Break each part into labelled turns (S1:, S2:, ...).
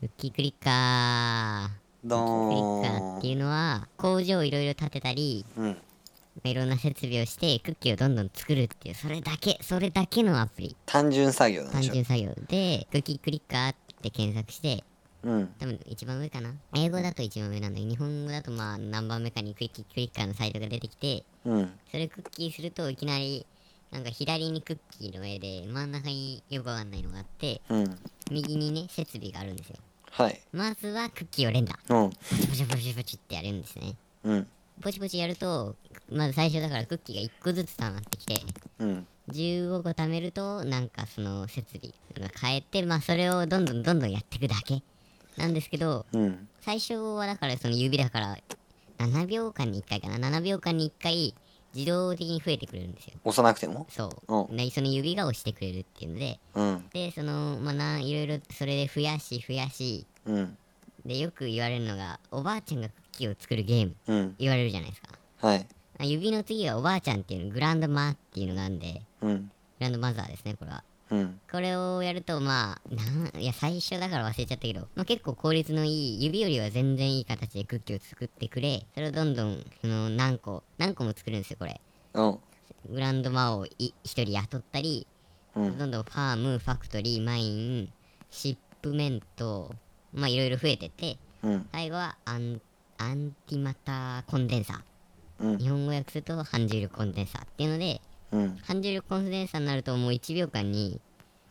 S1: クッキークリッカ
S2: ど
S1: ー。クリッカーっ
S2: ー
S1: て
S2: ん
S1: いうのは、工場をいろいろ建てたり、
S2: うん
S1: いろんな設備をして、クッキーをどんどん作るっていう、それだけ、それだけのアプリ。
S2: 単純作業なん
S1: 単
S2: でしょ
S1: 純作業で、クッキークリッカーって検索して、
S2: うん
S1: 多分一番上かな。英語だと一番上なのに、日本語だとまあ何番目かにクッキークリッカーのサイトが出てきて、
S2: うん
S1: それクッキーするといきなり、なんか左にクッキーの絵で、真ん中によくわかんないのがあって、
S2: うん
S1: 右にね、設備があるんですよ。
S2: はい
S1: まずはクッキーを連打。
S2: うん
S1: ポチポチポチポチってやるんですね。
S2: うん
S1: ポチポチやると、まず最初だからクッキーが1個ずつ溜まってきて、
S2: うん
S1: 15個貯めると、なんかその設備が変えて、まあそれをどんどんどんどんやっていくだけなんですけど、
S2: うん
S1: 最初はだからその指だから、7秒間に1回かな、7秒間に1回自動的に増えてくれるんですよ。
S2: 押さなくても
S1: そ
S2: お
S1: う。で、その指が押してくれるっていうので、
S2: うん
S1: で、その、まあな、いろいろそれで増やし増やし、
S2: うん
S1: で、よく言われるのが、おばあちゃんがクッキーを作るゲーム、
S2: うん
S1: 言われるじゃないですか。
S2: はい
S1: あ指の次はおばあちゃんっていうのグランドマーっていうのがあるんで、
S2: うん
S1: グランドマザーですね、これは。
S2: うん
S1: これをやると、まあ、なん、いや、最初だから忘れちゃったけど、まあ、結構効率のいい、指よりは全然いい形でクッキーを作ってくれ、それをどんどん、その、何個、何個も作るんですよ、これ。
S2: お
S1: グランドマーをい一人雇ったり、
S2: うん
S1: どんどんファーム、ファクトリー、マイン、シップメント、まあ、いろいろ増えてって、
S2: うん
S1: 最後はアン、アンティマターコンデンサ
S2: う
S1: ー。
S2: ん
S1: 日本語訳すると、半重力コンデンサーっていうので、
S2: うん
S1: 半重力コンデンサーになると、もう1秒間に、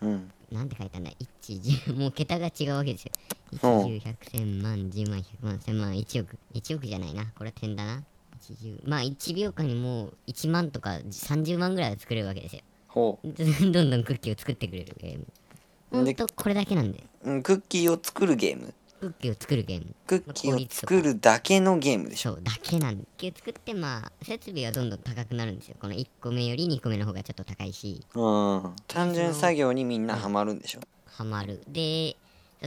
S2: うん
S1: なんて書いたんだ一十もう桁が違うわけですよ。一
S2: う
S1: 十
S2: ん
S1: 百千万十万百万千万一億一億じゃないなこれは点だな。一十まあ一秒間にもう一万とか三十万ぐらいは作れるわけですよ。
S2: ほ
S1: ずどんどんクッキーを作ってくれるゲーム。ほん
S2: で
S1: とこれだけなんで
S2: ううんクッキーを作るゲーム
S1: クッキーを作るゲーム。
S2: クッキーを作るだけのゲームでしょ
S1: そうだけなんで。クッキーを作ってまあ設備はどんどん高くなるんですよ。この一個目より二個目の方がちょっと高いし。
S2: うん単純作業にみんなハマるんでしょ
S1: ハマる。で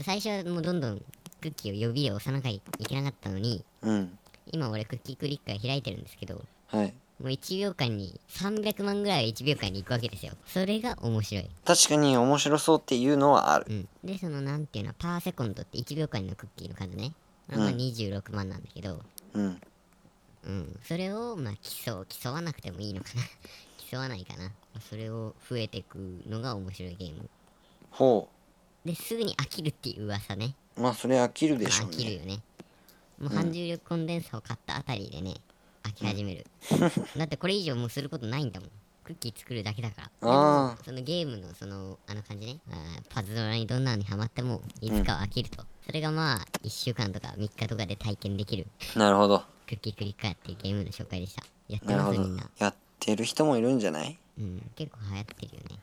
S1: 最初はもうどんどんクッキーを指で押さなきゃいけなかったのに。
S2: うん
S1: 今俺クッキークリッカー開いてるんですけども
S2: はいう
S1: 1秒間に300万ぐらいは1秒間に行くわけですよそれが面白い、
S2: 確かに面白そうっていうのはある
S1: うん、でそのなんていうのパーセコンドって1秒間のクッキーの数ねまあまあ
S2: うん
S1: 26万なんだけど、
S2: うん
S1: うん、それをまあ競う競わなくてもいいのかな 競わないかなまあそれを増えていくのが面白いゲーム
S2: ほ
S1: ですぐに飽きるっていう噂ね
S2: うまあそれ飽きるでしょ
S1: 飽
S2: う
S1: きる
S2: ね
S1: よねもう半重力コンデンサーを買ったあたりでね飽き始め る、だってこれ以上もうすることないんだもんクッキー作るだけだから
S2: あー
S1: でもそのゲームのそのあの感じねあーパズドラにどんなのにハマってもいつかは飽きると、それがまあ1週間とか3日とかで体験できる
S2: なるほど
S1: クッキークリッカーっていうゲームの紹介でしたやって
S2: なる
S1: ま
S2: ほ
S1: す
S2: ど
S1: みんな、
S2: やってる人もいるんじゃない
S1: うん、結構流行ってるよね